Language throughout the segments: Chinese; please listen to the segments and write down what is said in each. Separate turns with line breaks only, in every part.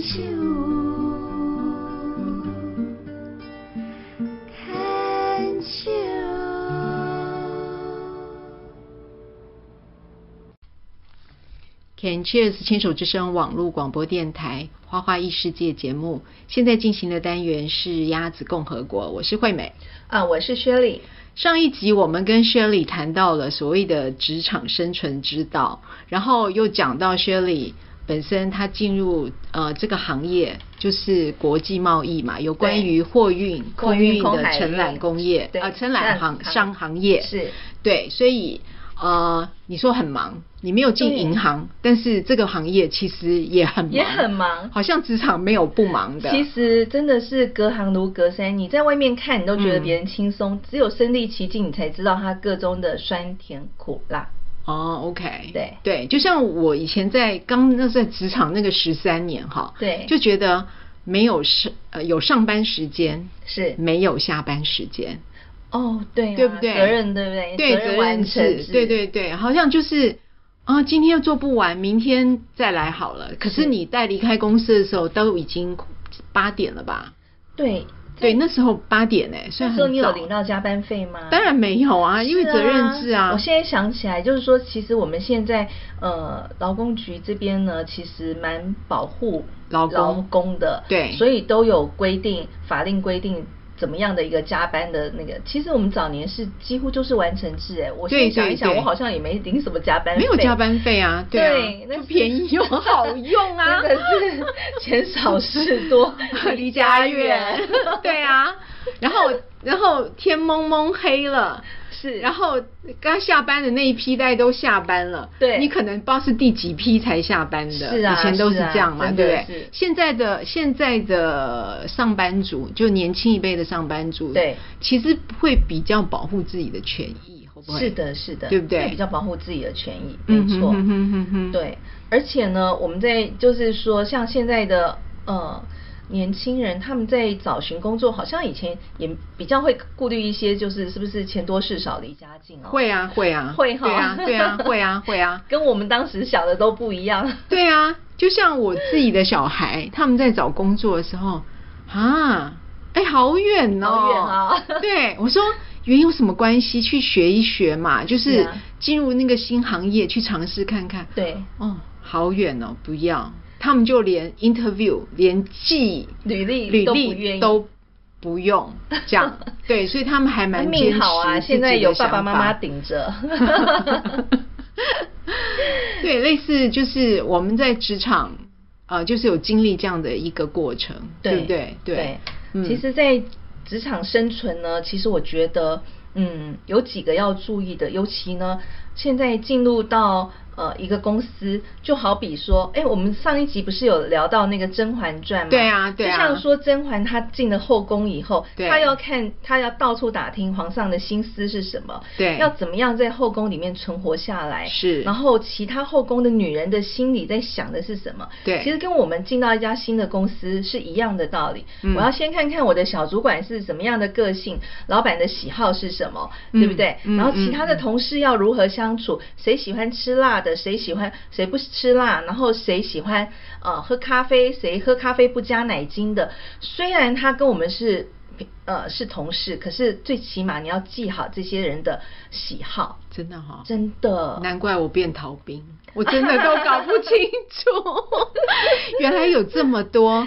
手，牵手。
Can Cheers 牵手之声网络广播电台《花花异世界》节目，现在进行的单元是鸭子共和国，我是惠美。
啊，我是 Shirley。
上一集我们跟 Shirley 谈到了所谓的职场生存之道，然后又讲到 Shirley 本身她进入呃这个行业就是国际贸易嘛，有关于货运、
货
空
运
运
空
的
海
承揽
运
工业
对
啊、呃承揽
承揽
行
行
商行业
是
对，所以呃你说很忙，你没有进
对
银行，但是这个行业其实也很忙
也很忙
好像职场没有不忙的。
其实真的是隔行如隔山，你在外面看，你都觉得
嗯
别人轻松，只有身历其境，你才知道它各中的酸甜苦辣。
哦，OK，
对
对，就像我以前在刚那在职场那个十三年哈，
对
就觉得没有上呃有上班时间，
是
没有下班时间，
哦，对啊，
对不对？
责任对不对？
对，责
任完成
制
制，
对对对，好像就是啊，今天又做不完，明天再来好了。可是
是
你在离开公司的时候都已经八点了吧？
对。
对，那时候八点哎、所以
那
很
时候你有
早
领到加班费吗？
当然没有啊，因为
是
责任制啊。
我现在想起来，就是说，其实我们现在呃，劳工局这边呢，其实蛮保护
劳工
工的，
对
所以都有规定，法令规定。怎么样的一个加班的那个？其实我们早年是几乎就是完成制，哎，我现在
对
想
对
一想，
对
我好像也没领什么加班费，
没有加班费啊对啊
对，那
就是便宜又好用 啊，
真的是钱少事 多
离家远， 对啊。然后，然后天蒙蒙黑了，
是
然后刚下班的那一批大家都下班了，
对
你可能不知道是第几批才下班的，
是啊
以前都是
是啊
这样嘛，
真的
对不对
是？
现在的现在的上班族，就年轻一辈的上班族，
对，
其实会比较保护自己的权益，会不会？
是的，是的，
对不对？
会比较保护自己的权益，没
嗯哼
错，
哼哼哼哼
对。而且呢，我们在就是说，像现在的呃年轻人，他们在找寻工作，好像以前也比较会顾虑一些，就是是不是钱多事少、离家近哦。
会啊，会啊，
会哈
对啊，对啊，会啊，会啊。
跟我们当时想的都不一 样。
对啊，就像我自己的小 孩，他们在找工作的时候，啊，哎、好远哦，
好远 啊
对，我说远有什么关系？去学一学嘛，就是是
啊
进入那个新行业去尝试看看。
对
哦，好远哦，不要。他们就连 interview 连寄
履历
履
都不愿
历
意
都不用 这样，对，所以他们还蛮坚持
命好啊，
自己
现在
的
有爸爸
想
妈
法
妈顶 着。
对，类似就是我们在职场，呃，就是有经历这样的一个过程，对不对？
对，
嗯
其实，在职场生存呢，其实我觉得，嗯，有几个要注意的，尤其呢，现在进入到呃一个公司，就好比说，哎，我们上一集不是有聊到那个《甄嬛传》吗？
对啊对啊
就像说甄嬛她进了后宫以后，
对
她要看，她要到处打听皇上的心思是什么，
对
要怎么样在后宫里面存活下来，
是
然后其他后宫的女人的心里在想的是什么？
对
其实跟我们进到一家新的公司是一样的道理。
嗯
我要先看看我的小主管是什么样的个性，老板的喜好是什么，
嗯
对不对？
嗯
然后其他的
嗯嗯
同事要如何相处，谁喜欢吃辣的，谁喜欢谁不吃辣，然后谁喜欢呃喝咖啡，谁喝咖啡不加奶精的。虽然他跟我们是。呃，是同事，可是最起码你要记好这些人的喜好，
真的哈、
真的。
难怪我变逃兵，我真的都搞不清 楚，原来有这么多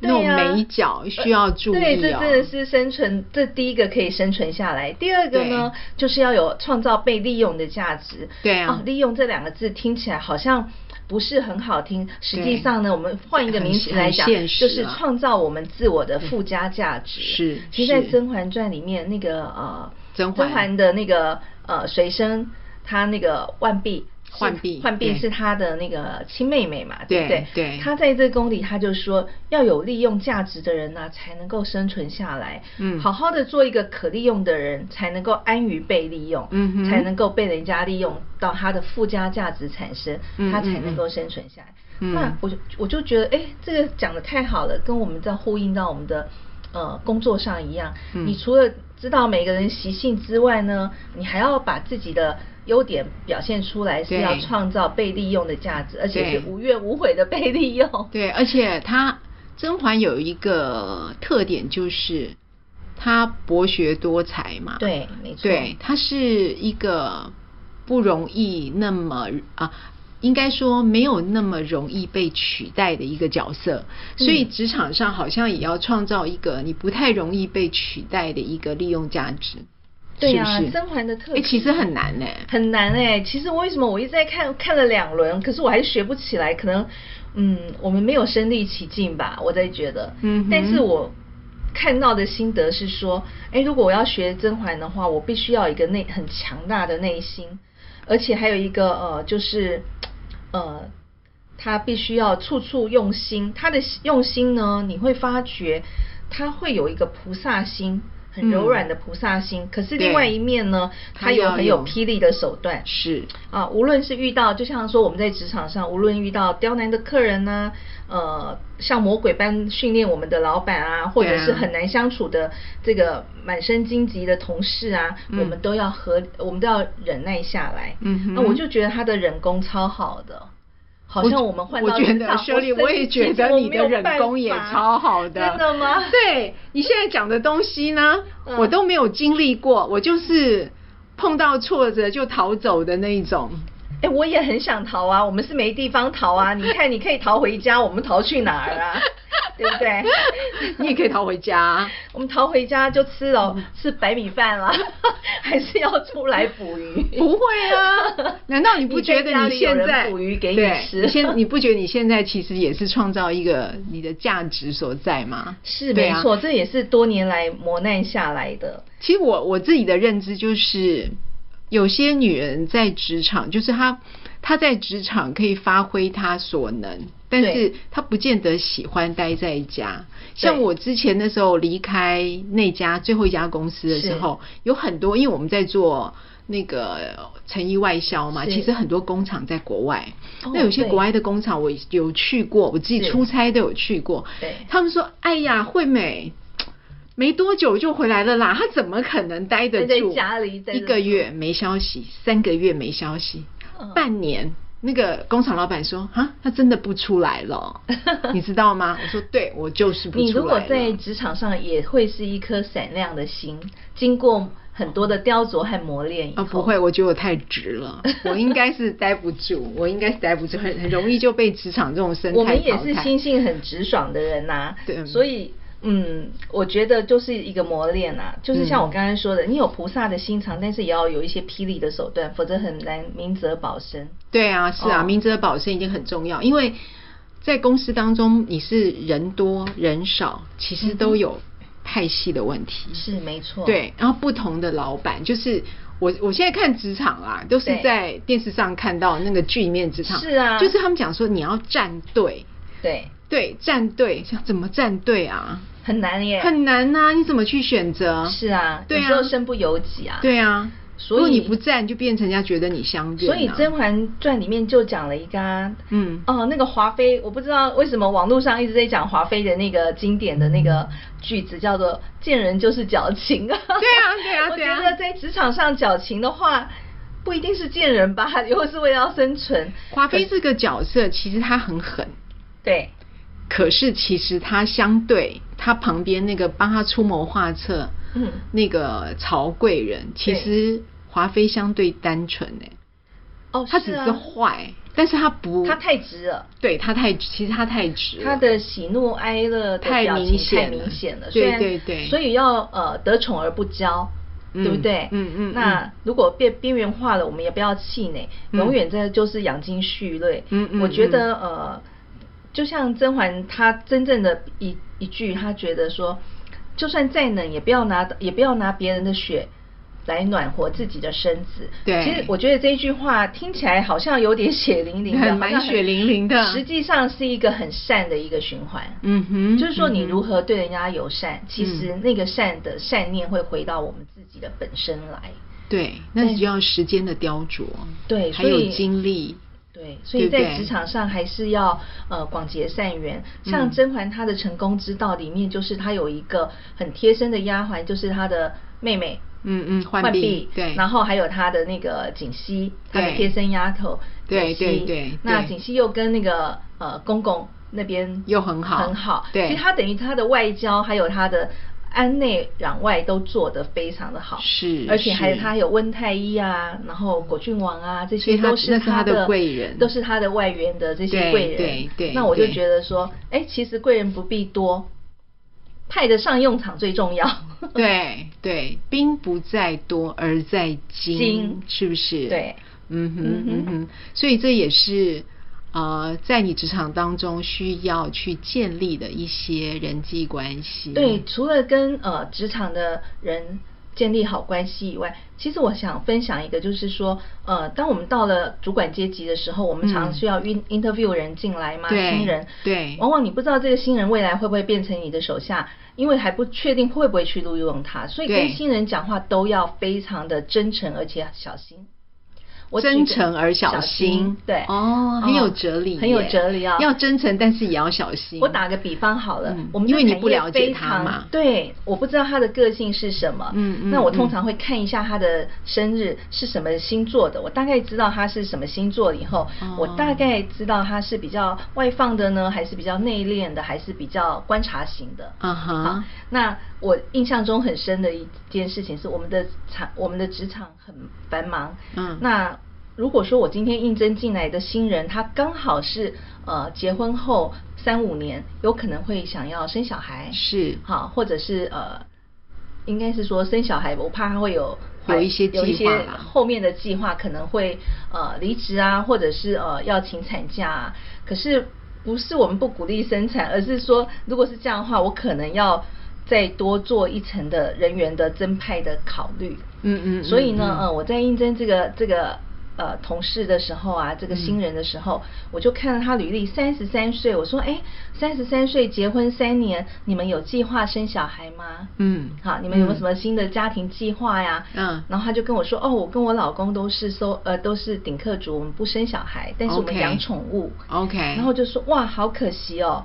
那种
对啊
美角需要注意哦。
对，这真的是生存，这第一个可以生存下来。第二个呢，就是要有创造被利用的价值。
对啊
哦，利用这两个字听起来好像不是很好听，实
对
际上呢，我们换一个名词
很
来讲，
很现实
就
啊
是创造我们自我的附加价值。
是
其实，在
是
《甄嬛传》里面，那个呃，
甄嬛
嬛的那个呃随身，她那个浣碧。是
浣碧
浣碧
对
是她的那个亲妹妹嘛，对
对
不对？
对
她在这宫里，她就说要有利用价值的人呐、才能够生存下来。
嗯
好好的做一个可利用的人，才能够安于被利用，
嗯哼
才能够被人家利用到他的附加价值产生，
嗯
他才
嗯嗯
能够生存下来。
嗯
那我就我就觉得，哎、这个讲的太好了，跟我们在呼应到我们的呃工作上一样。
嗯
你除了知道每个人习性之外呢，你还要把自己的优点表现出来，是
对
要创造被利用的价值，而且
对
是无怨无悔的被利用。
对，而且他甄嬛有一个特点就是她博学多才嘛，
对，没错，
对，她是一个不容易那么啊。应该说没有那么容易被取代的一个角色，
嗯
所以职场上好像也要创造一个你不太容易被取代的一个利用价值，
对
是不
啊
是？
甄嬛的特
诶
质
其实很难呢、
很难哎、其实我为什么我一直在看看了两轮，可是我还是学不起来，可能嗯，我们没有身临其境吧，我在觉得。
嗯哼
但是我看到的心得是说，哎，如果我要学甄嬛的话，我必须要有一个内很强大的内心，而且还有一个呃，就是呃。他必须要处处用心，他的用心呢，你会发觉他会有一个菩萨心，很柔
嗯
软的菩萨心。可是另
对
外一面呢，他
他
有
要
很有
有
霹雳的手段，
是，
啊，无论是遇到，就像说我们在职场上，无论遇到刁难的客人呐、呃，像魔鬼般训练我们的老板啊，或者
对啊
是很难相处的这个满身荆棘的同事啊，
嗯
我们都要和我们都要忍耐下来。
嗯哼
那我就觉得他的人工超好的。好像我们换到
我觉
职
得
场
Shirley，
生
我也
气
觉 得
我
你
没
的
有
人
办
工也
法
超好的
真的吗？
对你现在讲的东西呢，
嗯
我都没有经历过，我就是碰到挫折就逃走的那一种。
哎、我也很想逃啊，我们是没地方逃 啊。你看，你可以逃回家，我们逃去哪儿啊？对不对？
你也可以逃回 家啊，
我们逃回家就吃了、
嗯
吃白米饭啦， 还是要出来捕鱼？
不会啊？难道你不觉得你现
你在家里有
在
人捕鱼给你
对
吃
你现你不觉得你现在其实也是创造一个你的价值所在吗？
是
对
没
啊
错，这也是多年来磨难下来的。
其实我我自己的认知就是，有些女人在职场，就是她她在职场可以发挥她所能，但
对
是她不见得喜欢待在家。
对
像我之前那时候离开那家最后一家公司的时候，有很多，因为我们在做。那个成衣外销嘛，
是
其实很多工厂在国外，
哦
那有些
对
国外的工厂我有去过，我自己
是
出差都有去过。
对
他们说：“哎呀，惠美，没多久就回来了啦，她怎么可能待得
待
住？
在家里待得
一
住
个月没消息，三个月没消息，
嗯
半年。”那个工厂老板说：“啊，他真的不出来 了，你知道吗？”我说：“对，我就是不出来
你如果
了
在职场上也会是一颗闪亮的心，经过很多的雕琢和磨练以后，
啊，不会，我觉得我太直 了，我应该是待不住，我应该是待不住，很很容易就被职场这种生态
我们也
淘
是
汰
心性很直爽的人呐、
对
所以嗯，我觉得就是一个磨练呐、就是像
嗯
我刚才说的，你有菩萨的心肠，但是也要有一些霹雳的手段，否则很难明哲保身。
对啊，是啊，
哦
明哲保身已经很重要，因为在公司当中，你是人多人少，其实都有派系的问题。
嗯是没错，
嗯对，然后不同的老板，就是我我现在看职场啊，都是
对
在电视上看到那个剧里面职场，
是啊
就是他们讲说你要站队，
对，
对，站队，像怎么站队啊？
很难耶，
很难呐、你怎么去选择？
是啊，
对
有时
啊
候，身不由己啊。
对啊，
所以
如果你不站，就变成人家觉得你相怨、啊。
所以《甄嬛传》里面就讲了一个、啊，
嗯
哦、那个华妃，我不知道为什么网络上一直在讲华妃的那个经典的那个句子，叫做“见人就是矫情” 。对
啊对 啊对啊
我觉得在职场上矫情的话，不一定是见人吧， 又是为了要生存。
华妃这个角色其实她很狠，
对，
可是其实她相对她旁边那个帮她出谋划策，
嗯
那个曹贵人，其实华妃相对单纯哎、
哦，
她只
啊
是坏，但是她不，
她太直了。
对她太，其实她太直了，
他的喜怒哀乐的
太
表情
明显
太明
了
显了，
对
虽然
对对
所以要呃得宠而不骄。
嗯
对不对？
嗯嗯
那
嗯
如果变边缘化了，我们也不要气馁，
嗯
永远这就是养精蓄锐。
嗯嗯
我觉得呃，就像甄嬛她真正的一一句，她觉得说，就算再冷，也不要拿也不要拿别人的血来暖和自己的身子。
对
其实我觉得这一句话听起来好像有点血淋淋的，
很
好像
蛮血淋淋的
实际上是一个很善的一个循环。
嗯哼
就是说你
嗯哼嗯
如何对人家友善，其实那个善的善念会回到我们自己的本身来。
对，那
对
你就要时间的雕琢，
对
还
所
有
以
精力，
对，所以
对不
在
对
职场上还是要呃广结善缘。像
嗯
甄嬛她的成功之道里面，就是她有一个很贴身的丫鬟，就是她的妹妹。
嗯嗯浣
浣
碧对
然后还有她的那个锦汐，她的
对
贴身丫头，
对
锦汐
对对
那
对
锦汐又跟那个呃公公那边
又很好
很好。
对
其实它等于它的外交还有它的安内攘外都做得非常的好，
是
而且还有
是
它有温太医啊，然后果郡王啊，这
所以
些
它
都
那
是
是它的
的
贵人
都是它的外援的这
对
些贵人。
对对
那我就
对
觉得说，哎，其实贵人不必多，派得上用场最重要。
对对，兵不在多而在精，
精
是不是？
对，
嗯哼
嗯哼
嗯哼，所以这也是呃，在你职场当中需要去建立的一些人际关系。
对，除了跟呃职场的人建立好关系以外，其实我想分享一个，就是说，呃，当我们到了主管阶级的时候，我们
嗯
常需要 in interview 人进来嘛，
对
新人，
对
往往你不知道这个新人未来会不会变成你的手下，因为还不确定会不会去录用他，所以
对
跟新人讲话都要非常的真诚而且小心。我举
真
个
诚而小心，
对，嗯
哦，很有哲理耶，
很有哲理啊、
要真诚，但是也要小心。
我打个比方好了，
嗯
我们
因为
这
你
产
不
业
了解
非
他
常
嘛
对，我不知道他的个性是什么，
嗯嗯
那我通
嗯
常会看一下他的生日是什么星座的，我大概知道他是什么星座以后，我大
哦
概知道他是比较外放的呢，还是比较内敛的，还是比较观察型的，
嗯
好
哼，，
那我印象中很深的一件事情是，我们的场，我们的职场很繁忙。
嗯
那如果说我今天应征进来的新人，他刚好是呃结婚后三五年，有可能会想要生小孩，
是
好，或者是呃，应该是说生小孩，我怕他会有怀
有一些
有一
计划
些
啦
后面的计划可能会呃离职啊，或者是呃要请产假啊。可是不是我们不鼓励生产，而是说如果是这样的话，我可能要再多做一层的人员的增派的考虑。
嗯嗯，
所以呢
嗯，
呃，我在应征这个这个呃同事的时候啊，这个新人的时候，我就看了他履历，三十三岁，我说，哎，三十三岁结婚三年，你们有计划生小孩吗？
嗯
好，你们有没有
嗯
什么新的家庭计划呀？
嗯
然后他就跟我说，哦，我跟我老公都是收呃都是顶客族，我们不生小孩，但是我们
OK
养宠物。
OK
然后就说，哇，好可惜哦。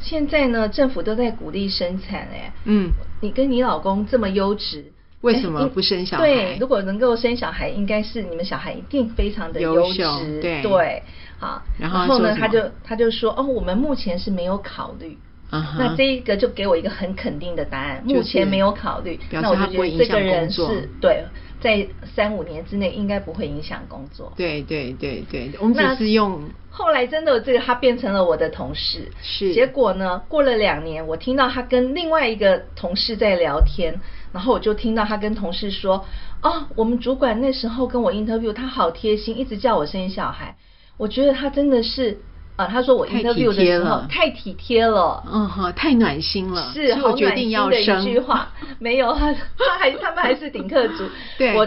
现在呢，政府都在鼓励生产哎、
嗯
你跟你老公这么优质，
为
哎
什么
应
不生小孩
对，如果能够生小孩，应该是你们小孩一定非常的
优
质
秀，对
好。
然后
后
他说
呢，
什
他
么
就他就说，哦，我们目前是没有考虑。
嗯哼
那这一个就给我一个很肯定的答案，
就是
目前没有考虑。
表示
那我
他
就
不会
觉
影
得这
响
个人
工作
是对，在三五年之内应该不会影响工作。
对对对对，我们
那
只是用
后来真的有这个他变成了我的同事，
是
结果呢，过了两年，我听到他跟另外一个同事在聊天，然后我就听到他跟同事说，哦，我们主管那时候跟我 interview，他好贴心，一直叫我生小孩，我觉得他真的是，啊，他说我
太体
interview 的时
贴
候
了
太体贴了。
嗯哼，太暖心了，
是
所以
好
我决
暖
定
心
要
的
生。
一句话，没有他，他还他们还是顶客族
对
我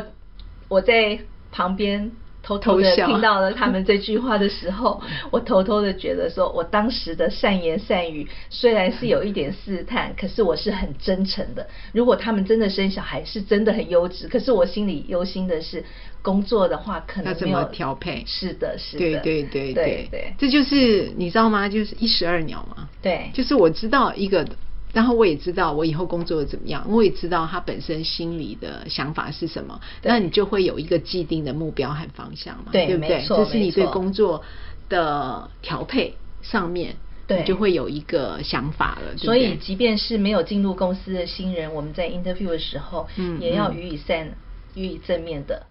我在旁边偷偷
偷
的
笑
听到了他们这句话的时 候，我偷偷的觉得说，我当时的善言善语虽然是有一点试探，可是我是很真诚的。如果他们真的生小孩，是真的很优质，可是我心里忧心的是，工作的话可
要
能
怎
没有
么调配
是的，是
对
的，
对对
对对
这就是你知道吗？就是一石二鸟嘛。
对
就是我知道一个，然后我也知道我以后工作怎么样，我也知道他本身心里的想法是什么，
对
那你就会有一个既定的目标和方向嘛，
对
不对
没？错
这是你对
没错
工作的调配上面，
对
你就会有一个想法了，对不
所以，
对
即便是没有进入公司的新人，我们在 interview 的时候，
嗯
也要
嗯
予以善、予以正面的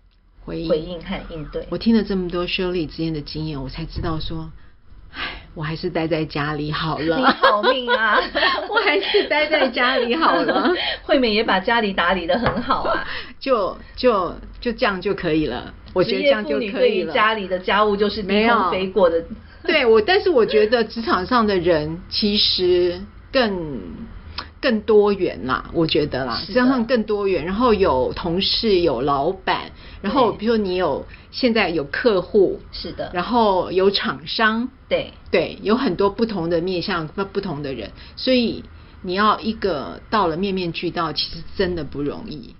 回应
回应和应对。
我听了这么多 Shirley 之间的经验，我才知道说，唉，我还是待在家里好了。！
你好命啊
我还是待在家里好了，
惠美也把家里打理得很好 啊，
就就就这样就可以了。我觉得
职
这
业
样
妇
就
女
可
对
以
于
了。
家里的家务就是
没
低
有
空飞过的。
对我，但是我觉得职场上的人其实更更多元啦，我觉得啦，
是
职
的
场上更多元，然后有同事，有老板，然后
对
比如说你有现在有客户，
是的，
然后有厂商，
对
对，有很多不同的面向，不不同的人，所以你要一个到了面面俱到，其实真的不容易，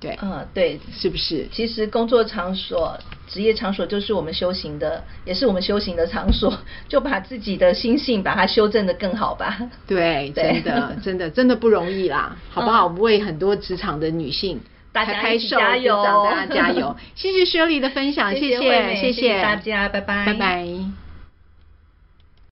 对，
嗯，对，
是不是？
其实工作场所、职业场所就是我们修行的，也是我们修行的场所，就把自己的心性把它修正的更好吧。
对，
对嗯
真的，真的，真的不容易啦，好不好？我们为很多职场的女性
大家
拍拍
一起
手，
加油
鼓掌大家加油！谢谢 Shirley 的分享，
谢
谢
谢惠美
谢
谢谢大家拜拜
拜拜。